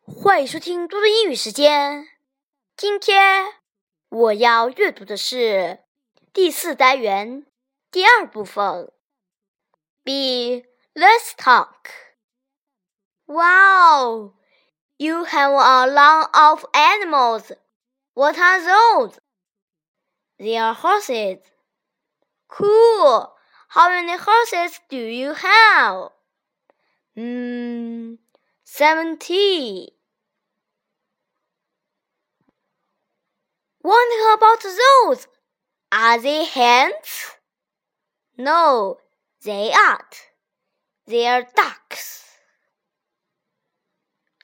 欢迎收听多多英语时间。今天我要阅读的是第四单元第二部分。B Let's talk. Wow, you have a lot of animals. What are those? They are horses. Cool. How many horses do you have? Hmm, seventy. What about those? Are they hens? No, they aren't. They are ducks.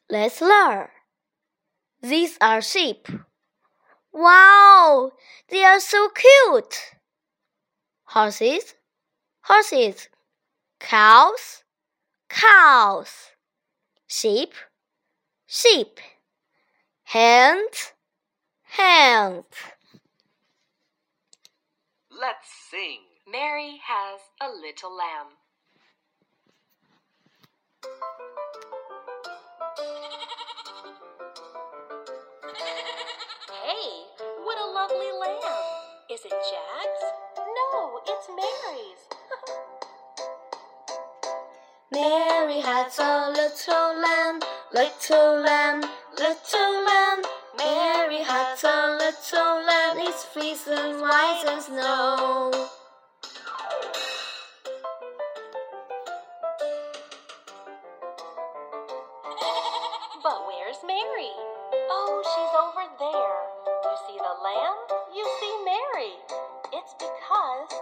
Let's learn. These are sheep. Wow, they are so cute. Horses, horses. Cows, cows. Sheep, sheep. Hens, hands. Let's sing. Mary has a little lamb. Hey, what a lovely lamb! Is it Jack's? No, it's Mary's. Mary has a little lamb, little lamb, little lamb. Mary has a little lamb, it's freezing white as snow. But where's Mary? Oh, she's over there. You see the lamb? You see Mary. It's because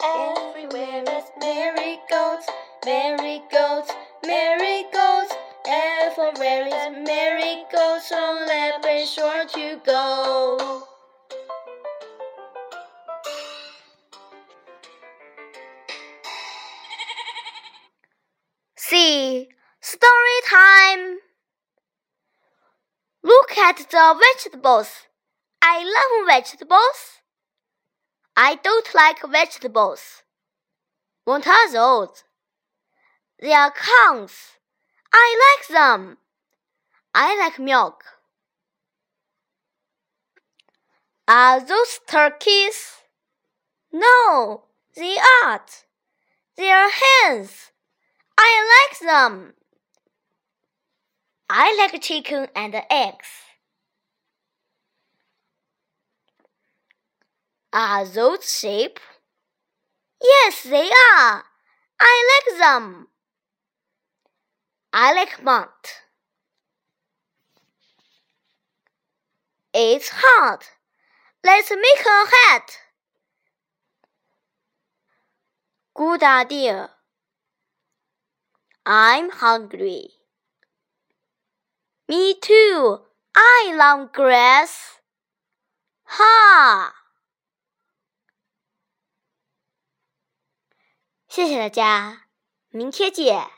Everywhere is Mary goats, Mary goats, Mary goats. Everywhere is Mary goats, so let be sure to go. See, story time. Look at the vegetables. I love vegetables. I don't like vegetables. What are those? They are cows. I like them. I like milk. Are those turkeys? No, they aren't. They are hens. I like them. I like chicken and eggs. Are those sheep? Yes, they are. I like them. I like malt. It's hot. Let's make a hat. Good idea. I'm hungry. Me too. I love grass. Ha! 谢谢大家，明天见。